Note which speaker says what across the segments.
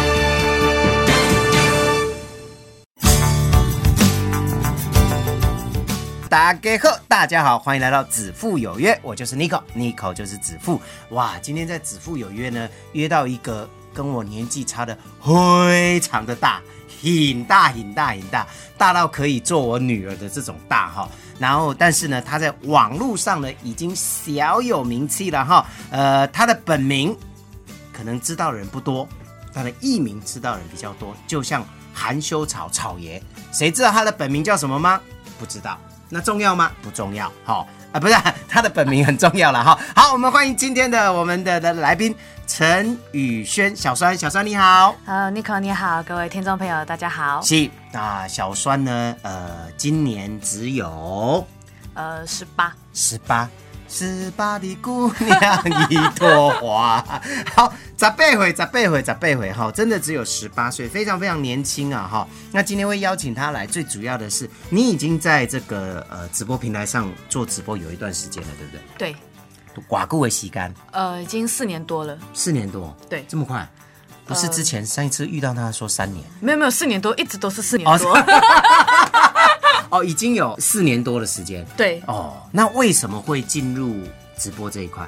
Speaker 1: 大家好，大家好，欢迎来到子父有约，我就是 Nico，Nico 就是子父。哇，今天在子父有约呢，约到一个跟我年纪差的非常的大，很大很大很大，大到可以做我女儿的这种大哈。然后，但是呢，他在网络上呢已经小有名气了哈。呃，他的本名可能知道人不多，他的艺名知道人比较多，就像含羞草草爷，谁知道他的本名叫什么吗？不知道。那重要吗？不重要，好、啊，不是 他的本名很重要了哈。好，我们欢迎今天的我们的的来宾陈宇轩，小酸，小酸你好，
Speaker 2: 呃 n i c o 你好，各位听众朋友，大家好。
Speaker 1: 是那小酸呢？呃，今年只有
Speaker 2: 呃，十八，
Speaker 1: 十八，十八的姑娘一朵花。好，十八岁，十八岁，十八岁哈，真的只有十八岁，非常非常年轻啊哈。那今天会邀请他来，最主要的是你已经在这个呃直播平台上做直播有一段时间了，对不对？
Speaker 2: 对，
Speaker 1: 寡顾为吸干
Speaker 2: 呃，已经四年多了，
Speaker 1: 四年多，
Speaker 2: 对
Speaker 1: 这么快。不是之前上一次遇到他说三年
Speaker 2: 没有没有，四年多，一直都是四年
Speaker 1: 哦
Speaker 2: 多。
Speaker 1: 哦，已经有四年多的时间
Speaker 2: 对，
Speaker 1: 哦。那为什么会进入直播这一块？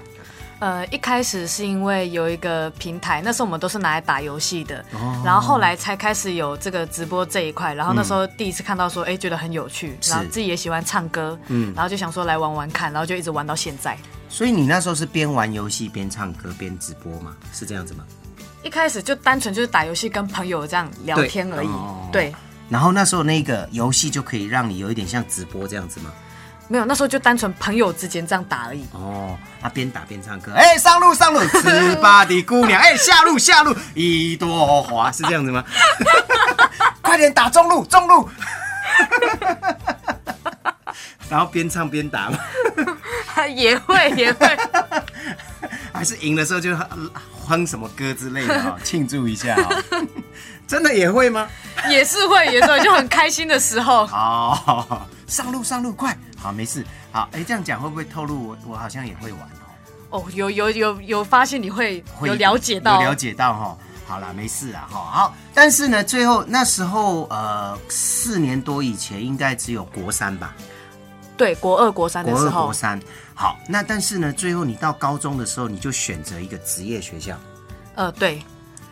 Speaker 2: 呃，一开始是因为有一个平台，那时候我们都是拿来打游戏的，然后后来才开始有这个直播这一块。然后那时候第一次看到说，哎、觉得很有趣，然后自己也喜欢唱歌，嗯，然后就想说来玩玩看，然后就一直玩到现在。
Speaker 1: 所以你那时候是边玩游戏边唱歌边直播吗？是这样子吗？
Speaker 2: 一开始就单纯就是打游戏，跟朋友这样聊
Speaker 1: 对
Speaker 2: 天而已
Speaker 1: 哦，
Speaker 2: 对。
Speaker 1: 然后那时候那个游戏就可以让你有一点像直播这样子吗？
Speaker 2: 没有，那时候就单纯朋友之间这样打而已。
Speaker 1: 哦，啊，边打边唱歌，哎、上路上路，十八的姑娘，哎、下路下路，一朵花，是这样子吗？ 快点打中路中路， 然后边唱边打吗？
Speaker 2: 也会也会，
Speaker 1: 还是赢的时候就哼哼什么歌之类的哦，庆祝一下哦。真的也会吗？
Speaker 2: 也是会，也是会，就很开心的 时候。
Speaker 1: 哦，上路上路快，好没事，好哎，这样讲会不会透露我我好像也会玩哦？
Speaker 2: 哦，有有有有发现你会
Speaker 1: 会
Speaker 2: 有了解到，
Speaker 1: 有了解到哈、哦。好啦，没事啊哈、好，但是呢，最后那时候呃，四年多以前应该只有国三吧，
Speaker 2: 对国二国三的
Speaker 1: 国
Speaker 2: 时
Speaker 1: 二
Speaker 2: 候
Speaker 1: 国，三。好，那但是呢，最后你到高中的时候，你就选择一个职业学校，
Speaker 2: 呃，对，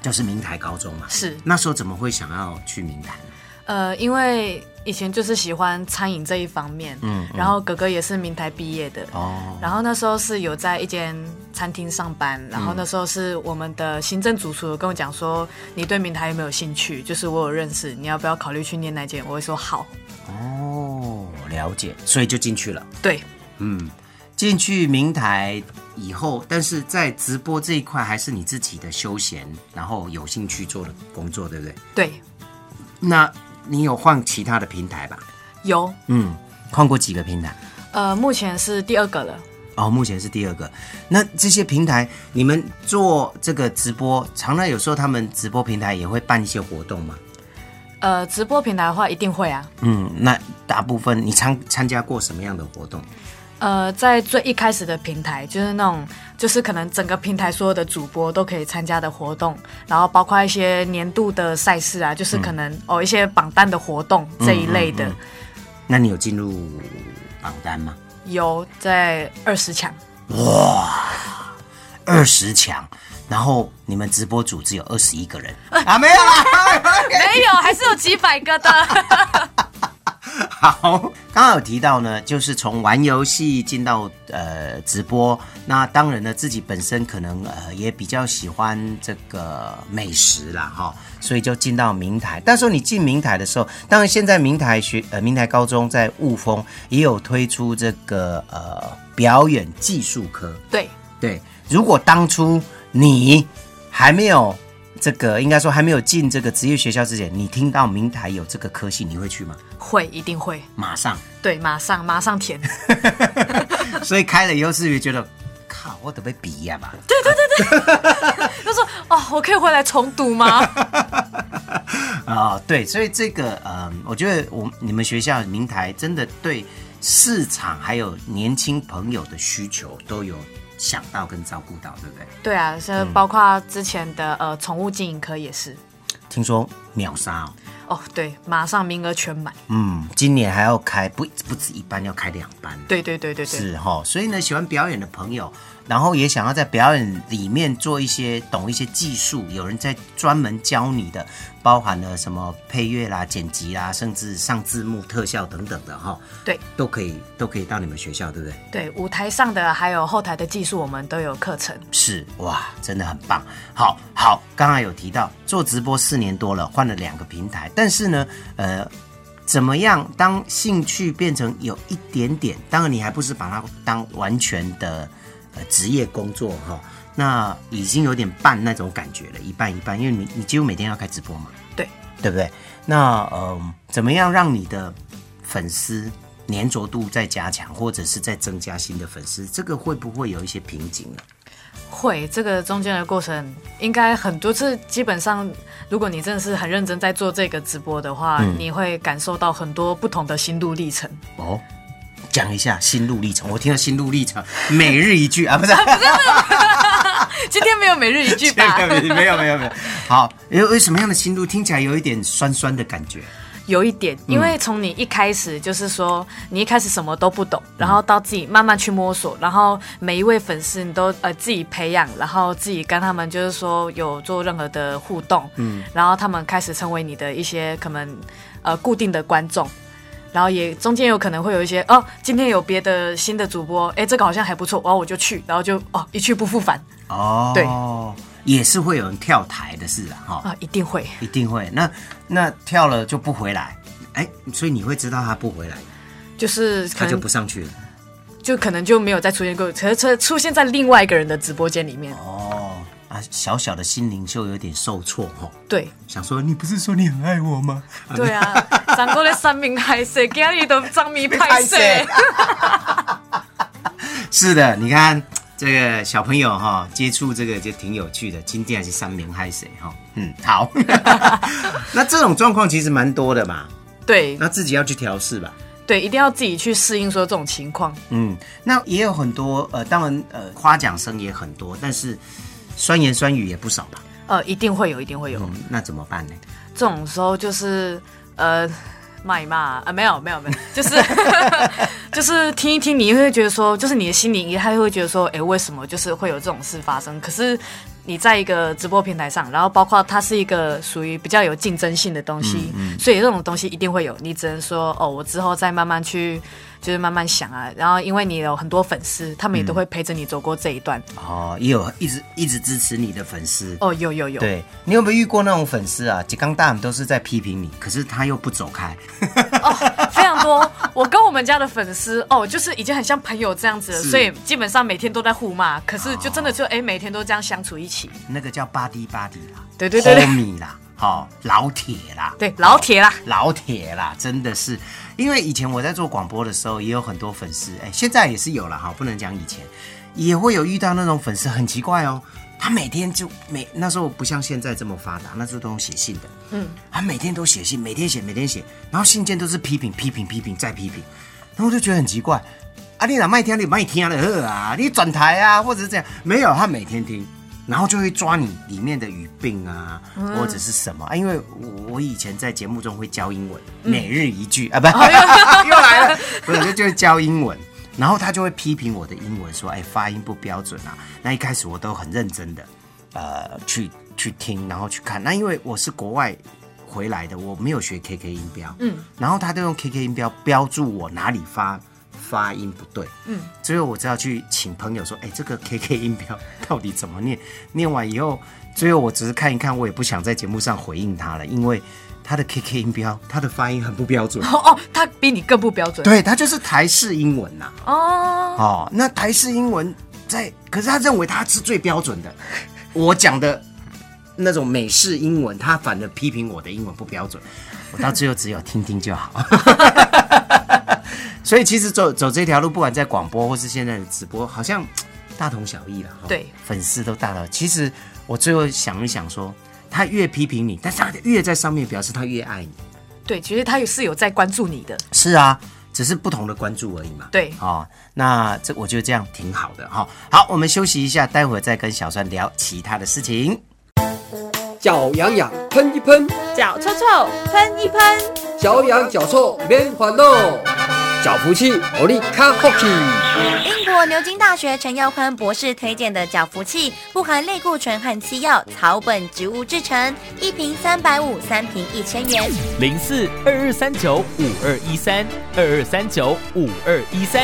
Speaker 1: 就是明台高中嘛。
Speaker 2: 是
Speaker 1: 那时候怎么会想要去明台呢？
Speaker 2: 呃，因为以前就是喜欢餐饮这一方面，嗯，然后哥哥也是明台毕业的，
Speaker 1: 哦，
Speaker 2: 然后那时候是有在一间餐厅上
Speaker 1: 嗯
Speaker 2: 班，然后那时候是我们的行政主厨有跟我讲说，你对明台有没有兴趣？就是我有认识，你要不要考虑去念那间？我会说好，
Speaker 1: 哦，了解，所以就进去了。
Speaker 2: 对，
Speaker 1: 嗯，进去明台以后，但是在直播这一块还是你自己的休闲，然后有兴趣做的工作，对不对？
Speaker 2: 对，
Speaker 1: 那你有换其他的平台吧？
Speaker 2: 有，
Speaker 1: 嗯，换过几个平台？
Speaker 2: 呃，目前是第二个了。
Speaker 1: 哦，目前是第二个。那这些平台，你们做这个直播，常常有时候他们直播平台也会办一些活动嘛？
Speaker 2: 呃，直播平台的话一定会啊。
Speaker 1: 嗯，那大部分你参参加过什么样的活动？
Speaker 2: 呃，在最一开始的平台，就是那种，就是可能整个平台所有的主播都可以参加的活动，然后包括一些年度的赛事啊，就是可能、哦一些榜单的活动这一类的，
Speaker 1: 那你有进入榜单吗？
Speaker 2: 有在二十强，
Speaker 1: 二十强，然后你们直播组只有二十一个人啊，没有啦。
Speaker 2: 没有，还是有几百个的。
Speaker 1: 好，刚刚有提到呢，就是从玩游戏进到呃直播，那当然呢，自己本身可能呃也比较喜欢这个美食啦，哈、所以就进到明台。但是你进明台的时候，当然现在明台学呃明台高中在雾峰也有推出这个呃表演技术科，
Speaker 2: 对，
Speaker 1: 对，如果当初你还没有这个，应该说还没有进这个职业学校之前，你听到明台有这个科系，你会去吗？
Speaker 2: 会一定会，
Speaker 1: 马上。
Speaker 2: 对，马上马上填。
Speaker 1: 所以开了以后，是不是觉得靠，我得被比呀嘛。
Speaker 2: 他说：“哦，我可以回来重读吗
Speaker 1: 啊、对，所以这个呃，我觉得我你们学校明台真的对市场还有年轻朋友的需求都有想到跟照顾到，对不对？？”
Speaker 2: 对啊，是包括之前的呃宠物经营科也是。
Speaker 1: 听说秒杀、哦，
Speaker 2: 哦，对，马上名额全满。
Speaker 1: 嗯，今年还要开不不止一班，要开两班。
Speaker 2: 对对对对对，
Speaker 1: 是哈、所以呢，喜欢表演的朋友，然后也想要在表演里面做一些懂一些技术，有人在专门教你的，包含了什么配乐啦、剪辑啦，甚至上字幕、特效等等的哈、
Speaker 2: 对
Speaker 1: 都可以都可以到你们学校，对不对？
Speaker 2: 对，舞台上的还有后台的技术，我们都有课程。
Speaker 1: 是哇，真的很棒。好好，刚才有提到做直播四年多了，换了两个平台，但是呢，呃，怎么样？当兴趣变成有一点点，当然你还不是把它当完全的呃职业工作哈、那已经有点半那种感觉了，一半一半，因为你你几乎每天要开直播嘛，
Speaker 2: 对
Speaker 1: 对不对？那嗯、呃，怎么样让你的粉丝？粘着度再加强，或者是再增加新的粉丝，这个会不会有一些瓶颈啊呢？
Speaker 2: 会这个中间的过程，应该很多次。基本上，如果你真的是很认真在做这个直播的话，你会感受到很多不同的心路历程。
Speaker 1: 哦，讲一下心路历程。我听到心路历程，每日一句啊，不是，
Speaker 2: 今天没有每日一句 吧？
Speaker 1: 没有没有没有没有。好，有有什么样的心路？听起来有一点酸酸的感觉。
Speaker 2: 有一点，
Speaker 1: 嗯
Speaker 2: 因为从你一开始就是说，你一开始什么都不
Speaker 1: 嗯
Speaker 2: 懂，然后到自己慢慢去摸索，然后每一位粉丝你都呃自己培养，然后自己跟他们就是说有做任何的互动，嗯，然后他们开始成为你的一些可能呃固定的观众。然后也中间有可能会有一些哦，今天有别的新的主播，哎，这个好像还不错，然后我就去，然后就哦一去不复返
Speaker 1: 哦，
Speaker 2: 对，
Speaker 1: 也是会有人跳台的事啊，哈、
Speaker 2: 啊，一定会。
Speaker 1: 一定会。那那跳了就不回来，哎，所以你会知道他不回来，
Speaker 2: 就是可
Speaker 1: 他就
Speaker 2: 能
Speaker 1: 不上去了。
Speaker 2: 就可能就没有再出现过，可是出现在另外一个人的直播间里面。
Speaker 1: 哦，啊，小小的心灵就有点受挫哈、哦，
Speaker 2: 对，
Speaker 1: 想说你不是说你很爱我吗？
Speaker 2: 对啊，长过的三明拍摄，今日都张咪拍摄。
Speaker 1: 是的，你看这个小朋友哈、接触这个就挺有趣的。今天还是三明害谁哈？嗯，好。 那这种状况其实蛮多的嘛，
Speaker 2: 对
Speaker 1: 那自己要去调试吧。
Speaker 2: 对，一定要自己去适应说这种情况。
Speaker 1: 嗯，那也有很多呃，当然呃，夸奖声也很多，但是酸言酸语也不少吧。
Speaker 2: 呃，一定会有，一定会有。
Speaker 1: 嗯，那怎么办呢？
Speaker 2: 这种时候就是呃骂一骂啊、没有没有没 有，就是就是听一听，你会觉得说，就是你的心里还会觉得说，哎、为什么就是会有这种事发生？可是你在一个直播平台上，然后包括它是一个属于比较有竞争性的东西，所以这种东西一定会有，你只能说哦，我之后再慢慢去。就是慢慢想啊，然后因为你有很多粉丝，他们也都会陪着你走过这一段。
Speaker 1: 哦，也有一直一直支持你的粉丝。
Speaker 2: 哦，有有有，
Speaker 1: 对你有没有遇过那种粉丝啊？几缸大都是在批评你，可是他又不走开。
Speaker 2: 非常多。我跟我们家的粉丝哦，就是已经很像朋友这样子了，
Speaker 1: 是
Speaker 2: 所以基本上每天都在互骂。可是就真的就哎、每天都这样相处一起。
Speaker 1: 那个叫巴迪巴迪啦，
Speaker 2: 对对对对
Speaker 1: ，homie 啦，好、老铁啦，
Speaker 2: 对老铁啦，
Speaker 1: 老铁啦，真的是，因为以前我在做广播的时候，也有很多粉丝，哎，现在也是有了哈，不能讲以前，也会有遇到那种粉丝很奇怪哦，他每天就每那时候不像现在这么发达，那时候都用写信的，嗯，他每天都写信，每天写，每天写，然后信件都是批评，批评，批评，再批评，然后我就觉得很奇怪。啊，你哪卖听你卖听了呵啊，你转台啊，或者是这样，没有，他每天听，然后就会抓你里面的语病啊，或者是什么啊？因为我我以前在节目中会教英文，每日一句啊，不， 又来了，不是，就就是教英文。然后他就会批评我的英文，说：“哎，发音不标准啊。”那一开始我都很认真的，呃，去去听，然后去看。那因为我是国外回来的，我没有学 KK 音标，嗯，然后他都用 KK 音标标注我哪里发发音不对，嗯，最后我只好去请朋友说，哎、这个 KK 音标 到底怎么念？念完以后，最后我只是看一看，我也不想在节目上回应他了，因为他的 KK 音标，他的发音很不标准，
Speaker 2: 哦哦，他比你更不标准。
Speaker 1: 对他就是台式英文啊呐、
Speaker 2: 哦，
Speaker 1: 哦，那台式英文在，可是他认为他是最标准的。我讲的那种美式英文，他反而批评我的英文不标准。我到最后只有听听就好。 所以其实走走这条路，不管在广播或是现在的直播，好像大同小异了。哈
Speaker 2: 对，
Speaker 1: 粉丝都大到，其实我最后想一想说，他越批评你，但是他越在上面表示他越爱你。
Speaker 2: 对，其实他也是有在关注你的。
Speaker 1: 是啊，只是不同的关注而已嘛。
Speaker 2: 对
Speaker 1: 哦，那这我觉得这样挺好的哈、好，我们休息一下，待会儿再跟小帅聊其他的事情。
Speaker 3: 脚痒痒喷一喷，
Speaker 4: 脚臭臭，喷一喷。
Speaker 3: 脚痒脚臭免烦恼，脚福气欧利卡福气。
Speaker 5: 英国牛津大学陈耀宽博士推荐的脚福气，不含类固醇和西药，草本植物制成，一瓶三百五，三瓶一千元。
Speaker 6: 零四二二三九五二一三二二三九五二一三。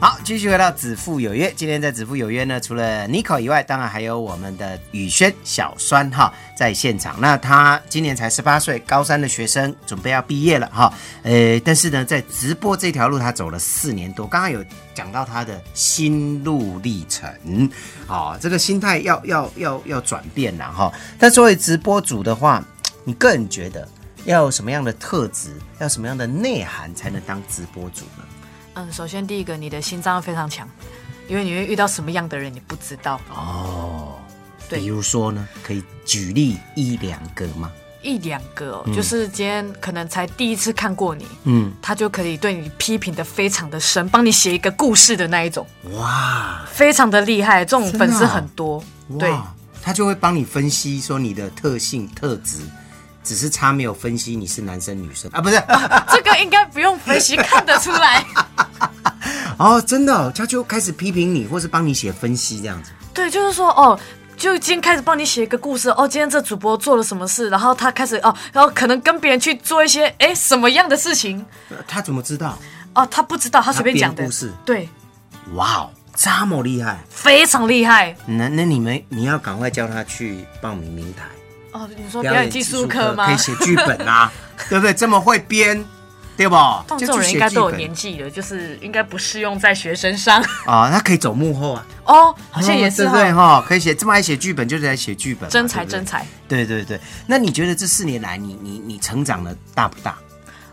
Speaker 1: 好，继续回到子父有约。今天在子父有约呢，除了 Nico 以外，当然还有我们的宇轩小酸哈在现场。那他今年才十八岁，高三的学生，准备要毕业了哈。呃，但是呢，在直播这条路，他走了四年多。刚刚有讲到他的心路历程，啊、这个心态要要要要转变了哈。但作为直播主的话，你个人觉得要有什么样的特质，要什么样的内涵才能当直播主呢？
Speaker 2: 嗯，首先第一个，你的心脏要非常强，因为你会遇到什么样的人你不知道。
Speaker 1: 哦，
Speaker 2: 对
Speaker 1: 比如说呢，可以举例一两个吗？
Speaker 2: 一两个、哦就是今天可能才第一次看过你，
Speaker 1: 嗯，
Speaker 2: 他就可以对你批评的非常的深，帮你写一个故事的那一种，
Speaker 1: 哇，啊
Speaker 2: 非常的厉害。这种
Speaker 1: 真的哦
Speaker 2: 粉丝很多，
Speaker 1: 哇
Speaker 2: 对，
Speaker 1: 他就会帮你分析说你的特性特质，只是差没有分析你是男生女生啊，不 是
Speaker 2: 这个应该不用分析，看得 出来。
Speaker 1: 哦，真的、哦，他就开始批评你，或是帮你写分析这样子。
Speaker 2: 对，就是说哦。就今天开始帮你写一个故事哦，今天这主播做了什么事，然后他开始哦，然后可能跟别人去做一些哎什么样的事情
Speaker 1: 呃他怎么知道？
Speaker 2: 哦，他不知道，他随便讲
Speaker 1: 他编
Speaker 2: 的
Speaker 1: 故事，
Speaker 2: 对，
Speaker 1: 哇哦，这么厉害！
Speaker 2: 非常厉害
Speaker 1: 那那你们你要赶快叫他去报名名牌
Speaker 2: 哦。你说表演技术科吗
Speaker 1: 可以？写剧本 啊，对不对？这么会编，对不？
Speaker 2: 但
Speaker 1: 就
Speaker 2: 这种
Speaker 1: 去
Speaker 2: 人
Speaker 1: 写
Speaker 2: 应该
Speaker 1: 剧
Speaker 2: 都有
Speaker 1: 本
Speaker 2: 年纪了，就是应该不适用在学 生上
Speaker 1: 啊，他可以走幕后啊，
Speaker 2: 哦，好像也是
Speaker 1: 哦对不
Speaker 2: 哈
Speaker 1: 对哈、可以写这么爱写剧本，就是来写剧本嘛，
Speaker 2: 真才
Speaker 1: 对不对
Speaker 2: 真。才
Speaker 1: 对对对，那你觉得这四年来你，你你成长的大不大？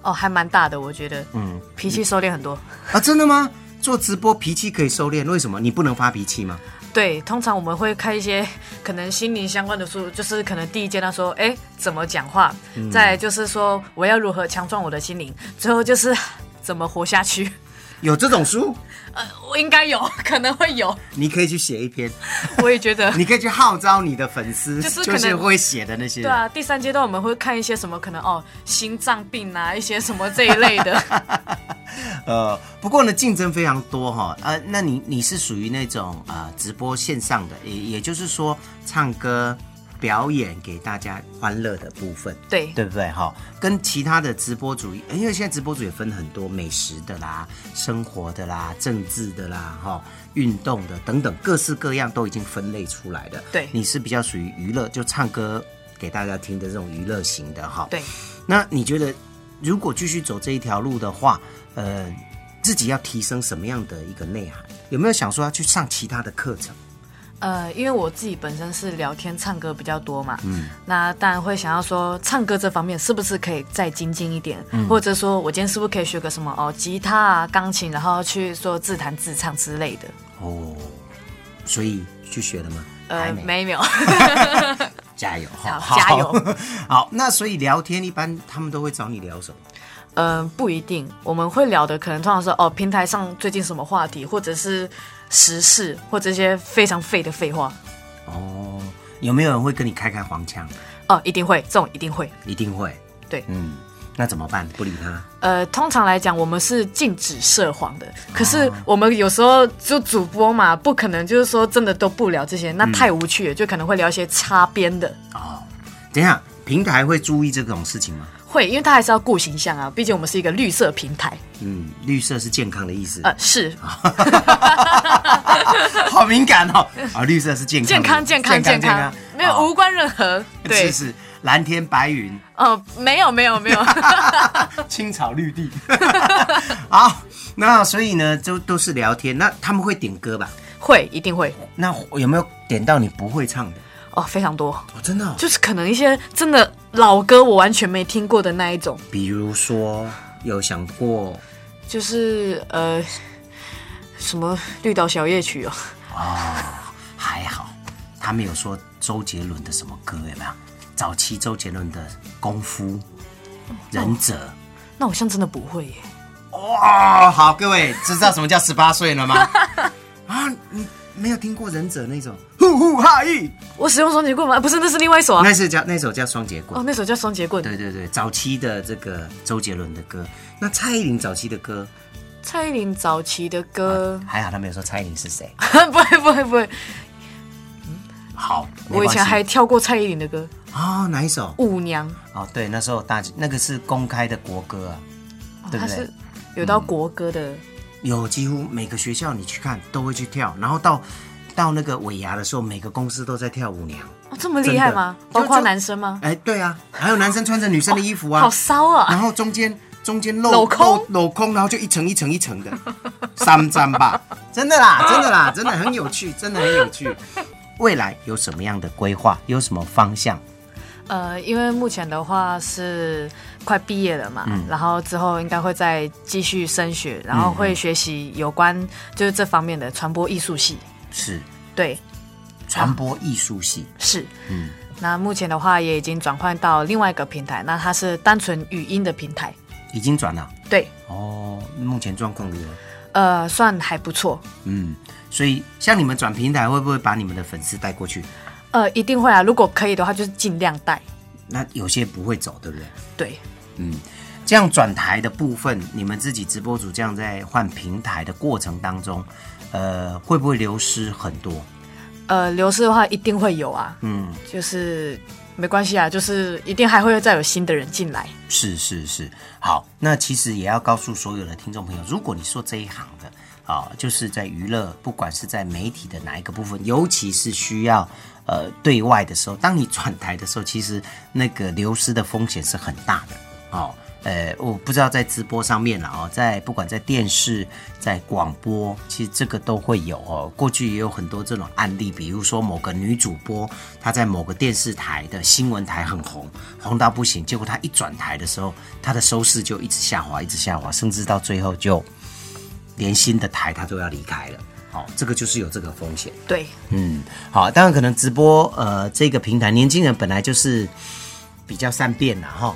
Speaker 2: 哦，还蛮大的，我觉得，
Speaker 1: 嗯
Speaker 2: 嗯，脾气收敛很多。
Speaker 1: 啊，真的吗？做直播脾气可以收敛，为什么？你不能发脾气吗？
Speaker 2: 对，通常我们会看一些可能心灵相关的书，就是可能第一阶段说，哎，怎么讲话，
Speaker 1: 嗯
Speaker 2: 再来就是说我要如何强壮我的心灵，最后就是 怎么活下去。
Speaker 1: 有这种书，
Speaker 2: 我应该有， 可能会有，
Speaker 1: 你可以去写一 篇，
Speaker 2: 我也觉得。
Speaker 1: 你可以去号召你的粉丝，
Speaker 2: 就是可
Speaker 1: 就
Speaker 2: 能
Speaker 1: 是会写的那些
Speaker 2: 对
Speaker 1: 人。
Speaker 2: 啊，第三阶段我们会看一些什么可能哦，心脏病啊，一些什么这一类的。
Speaker 1: 呃，不过呢，竞争非常多哈、呃，那你你是属于那种呃直播线上的，也也就是说唱歌表演给大家欢乐的部分。
Speaker 2: 对，
Speaker 1: 对不对？哈，跟其他的直播主，因为现在直播主也分很多，美食的啦、生活的啦、政治的啦、哈、运动的等等，各式各样都已经分类出来了。
Speaker 2: 对
Speaker 1: 你是比较属于娱乐，就唱歌给大家听的这种娱乐型的哈。
Speaker 2: 对，
Speaker 1: 那你觉得如果继续走这一条路的话，呃，自己要提升什么样的一个内涵？有没有想说要去上其他的课程？
Speaker 2: 呃，因为我自己本身是聊天唱歌比较多嘛，嗯，那当然会想要说唱歌这方面是不是可以再精进一点，
Speaker 1: 嗯
Speaker 2: 或者说我今天是不是可以学个什么哦，吉他啊、钢琴，然后去说自弹自唱之类的。
Speaker 1: 哦，所以去学了吗？还
Speaker 2: 呃，
Speaker 1: 没
Speaker 2: 没有，
Speaker 1: 加油哈！
Speaker 2: 好加油！
Speaker 1: 好， 那所以聊天一般他们都会找你聊什么？
Speaker 2: 呃，不一定。我们会聊的可能通常是哦，平台上最近什么话题，或者是时事，或者一些非常废的废话。
Speaker 1: 哦，有没有人会跟你开开黄腔？
Speaker 2: 哦，一定会，这种一定会。
Speaker 1: 一定会。
Speaker 2: 对
Speaker 1: 嗯，那怎么办？不理他。
Speaker 2: 呃，通常来讲，我们是禁止涉黄的。可是我们有时候就主播嘛，不可能就是说真的都不聊这些，那太无趣了，就可能会聊一些擦边的。
Speaker 1: 等一下，平台会注意这种事情吗？
Speaker 2: 会，因为他还是要顾形象啊，毕竟我们是一个绿色平台。
Speaker 1: 嗯，绿色是健康的意思。
Speaker 2: 呃，是，
Speaker 1: 好敏感哦。啊，绿色是健康的，
Speaker 2: 健康，健康，健康，没有
Speaker 1: 哦
Speaker 2: 无关任何。对
Speaker 1: 是，是蓝天白 云，
Speaker 2: 哦，没有，没有， 没有。
Speaker 1: 青草绿地。 好，那所以呢，就都是聊天。那他们会点歌吧？
Speaker 2: 会，一定会。
Speaker 1: 那有没有点到你不会唱的？
Speaker 2: 哦，非常多，
Speaker 1: 哦，真的、哦。
Speaker 2: 就是可能一些真的老歌我完全没听过的那一种。
Speaker 1: 比如说有想过
Speaker 2: 就是呃，什么绿岛小夜曲哦，
Speaker 1: 还好，他没有说周杰伦的什么歌有没有？早期周杰伦的《功夫》《忍者
Speaker 2: 那我像真的不会耶。》
Speaker 1: 哇，哦好，各位知道什么叫十八岁了吗？ 啊，你没有听过《忍者》那首？呼呼哈伊，
Speaker 2: 我使用双节棍吗？不是，那是另外一首啊。
Speaker 1: 那是叫那首叫双节棍
Speaker 2: 哦，。那首叫双节棍。
Speaker 1: 对对对，早期的这个周杰伦的歌，那蔡依林早期的歌，
Speaker 2: 蔡依林早期的歌，
Speaker 1: 还好他没有说蔡依林是谁。
Speaker 2: 不会不会不会，
Speaker 1: 好，没
Speaker 2: 我以前
Speaker 1: 关
Speaker 2: 还
Speaker 1: 系
Speaker 2: 跳过蔡依林的歌
Speaker 1: 啊、哪一首
Speaker 2: 《舞娘》
Speaker 1: 哦，对，那时候大那个是公开的国歌啊，
Speaker 2: 哦，
Speaker 1: 对不嗯
Speaker 2: 它
Speaker 1: 对
Speaker 2: 是？有到国歌的。
Speaker 1: 有几乎每个学校你去看都会去跳，然后到到那个尾牙的时候，每个公司都在跳舞娘。
Speaker 2: 哦，这么厉害吗
Speaker 1: 真？的
Speaker 2: 包
Speaker 1: 就
Speaker 2: 括
Speaker 1: 就
Speaker 2: 男生吗？
Speaker 1: 哎，对啊，还有男生穿着女生的衣服啊，
Speaker 2: 好骚
Speaker 1: 然
Speaker 2: 啊！
Speaker 1: 后中间中间镂
Speaker 2: 镂空
Speaker 1: 镂镂空，然后就一层一层一层的三张吧，真的啦，真的啦，真的很有趣，真的很有趣。未来有什么样的规划？有什么方向？
Speaker 2: 呃，因为目前的话是快毕业了嘛，
Speaker 1: 嗯
Speaker 2: 然后之后应该会再继续升学，然后会学习有关就是这方面的传播艺术系。
Speaker 1: 是
Speaker 2: 对，
Speaker 1: 传播艺术系，
Speaker 2: 是，嗯。那目前的话也已经转换到另外一个平台，那它是单纯语音的平台，
Speaker 1: 已经转了
Speaker 2: 对，
Speaker 1: 哦。目前状况如何？
Speaker 2: 呃，算还不错，
Speaker 1: 嗯，所以像你们转平台，会不会把你们的粉丝带过去？
Speaker 2: 呃，一定会啊，如果可以的话，就是尽量带，
Speaker 1: 那有些不会走，对不对？
Speaker 2: 对，
Speaker 1: 嗯，这样转台的部分，你们自己直播主这样在换平台的过程当中，呃，会不会流失很多？
Speaker 2: 呃，流失的话一定会有啊，
Speaker 1: 嗯，
Speaker 2: 就是没关系啊，就是一定还会再有新的人进来，
Speaker 1: 是是是，好，那其实也要告诉所有的听众朋友，如果你做这一行的啊，就是在娱乐，不管是在媒体的哪一个部分，尤其是需要呃对外的时候，当你转台的时候，其实那个流失的风险是很大的哦。呃，我不知道在直播上面了哦，在不管在电视、在广播，其实这个都会有哦。过去也有很多这种案例，比如说某个女主播，她在某个电视台的新闻台很红，红到不行，结果她一转台的时候，她的收视就一直下滑，一直下滑，甚至到最后就连新的台她都要离开了。好、哦，这个就是有这个风险。
Speaker 2: 对，
Speaker 1: 嗯，好，当然可能直播呃这个平台，年轻人本来就是比较善变啦哈，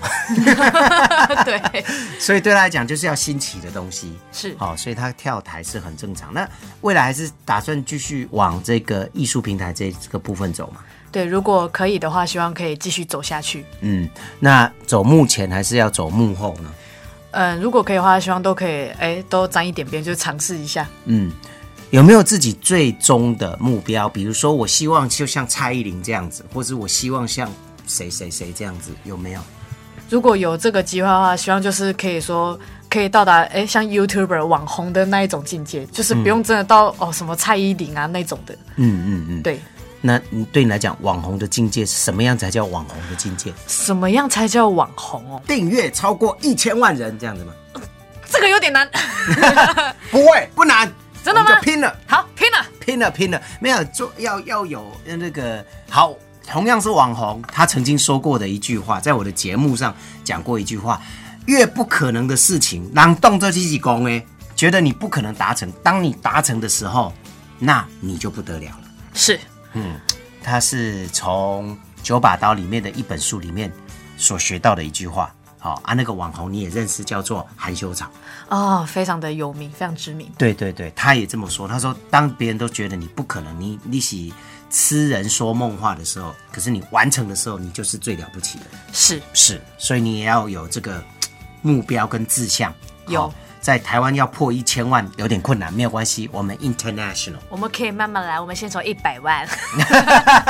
Speaker 2: 对，
Speaker 1: 所以对他来讲就是要新奇的东西，
Speaker 2: 是
Speaker 1: 好、所以他跳台是很正常。那未来还是打算继续往这个艺术平台这这个部分走嘛？
Speaker 2: 对，如果可以的话，希望可以继续走下去，
Speaker 1: 嗯，那走幕前还是要走幕后呢？
Speaker 2: 嗯、如果可以的话，希望都可以，哎，都沾一点边，就是尝试一下，
Speaker 1: 嗯，有没有自己最终的目标？比如说，我希望就像蔡依林这样子，或者我希望像谁谁谁这样子，有没有？
Speaker 2: 如果有这个计划的话，希望就是可以说可以到达哎，像 YouTuber 网红的那一种境界，就是不用真的到、哦什么蔡依林啊那种的。
Speaker 1: 嗯嗯嗯。
Speaker 2: 对，
Speaker 1: 那你对你来讲，网红的境界什么样才叫网红的境界？
Speaker 2: 什么样才叫网红哦？
Speaker 1: 订阅超过一千万人这样子吗？
Speaker 2: 这个有点 难。
Speaker 1: 不会，不难，
Speaker 2: 真的吗
Speaker 1: 我们就拼了，
Speaker 2: 好，拼了！
Speaker 1: 拼了，拼了！没有做要要有呃那个好，同样是网红，他曾经说过的一句话，在我的节目上讲过一句话：越不可能的事情，让动这几几公哎，觉得你不可能达成，当你达成的时候，那你就不得了了。
Speaker 2: 是
Speaker 1: 嗯，他是从《九把刀》里面的一本书里面所学到的一句话。好、啊，那个网红你也认识，叫做含羞草。
Speaker 2: 哦，非常的有名，非常知名。
Speaker 1: 对对对，他也这么说。他说，当别人都觉得你不可能，你你喜痴人说梦话的时候，可是你完成的时候，你就是最了不起的。
Speaker 2: 是
Speaker 1: 是，所以你也要有这个目标跟志向。
Speaker 2: 有
Speaker 1: 好在台湾要破一千万有点困难，没有关系，我们 international。
Speaker 2: 我们可以慢慢来，我们先从一百万。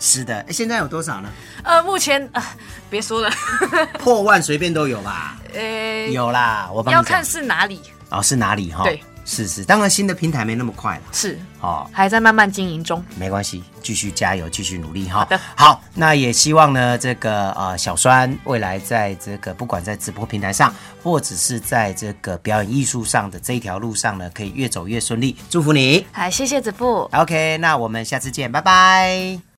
Speaker 1: 是的，诶现在有多少呢？
Speaker 2: 呃，目前呃，别说了，
Speaker 1: 破万随便都有吧？
Speaker 2: 呃，
Speaker 1: 有啦，我帮你
Speaker 2: 要
Speaker 1: 讲
Speaker 2: 看是哪里。
Speaker 1: 哦，是哪里哈？
Speaker 2: 对，
Speaker 1: 是是，当然新的平台没那么快了，
Speaker 2: 是
Speaker 1: 哦，
Speaker 2: 还在慢慢经营中。
Speaker 1: 没关系，继续加油，继续努力哈。好
Speaker 2: 的
Speaker 1: 那也希望呢，这个呃小酸未来在这个不管在直播平台上，或者是在这个表演艺术上的这一条路上呢，可以越走越顺利，祝福你。
Speaker 2: 好，谢谢子布。
Speaker 1: OK，那我们下次见，拜拜。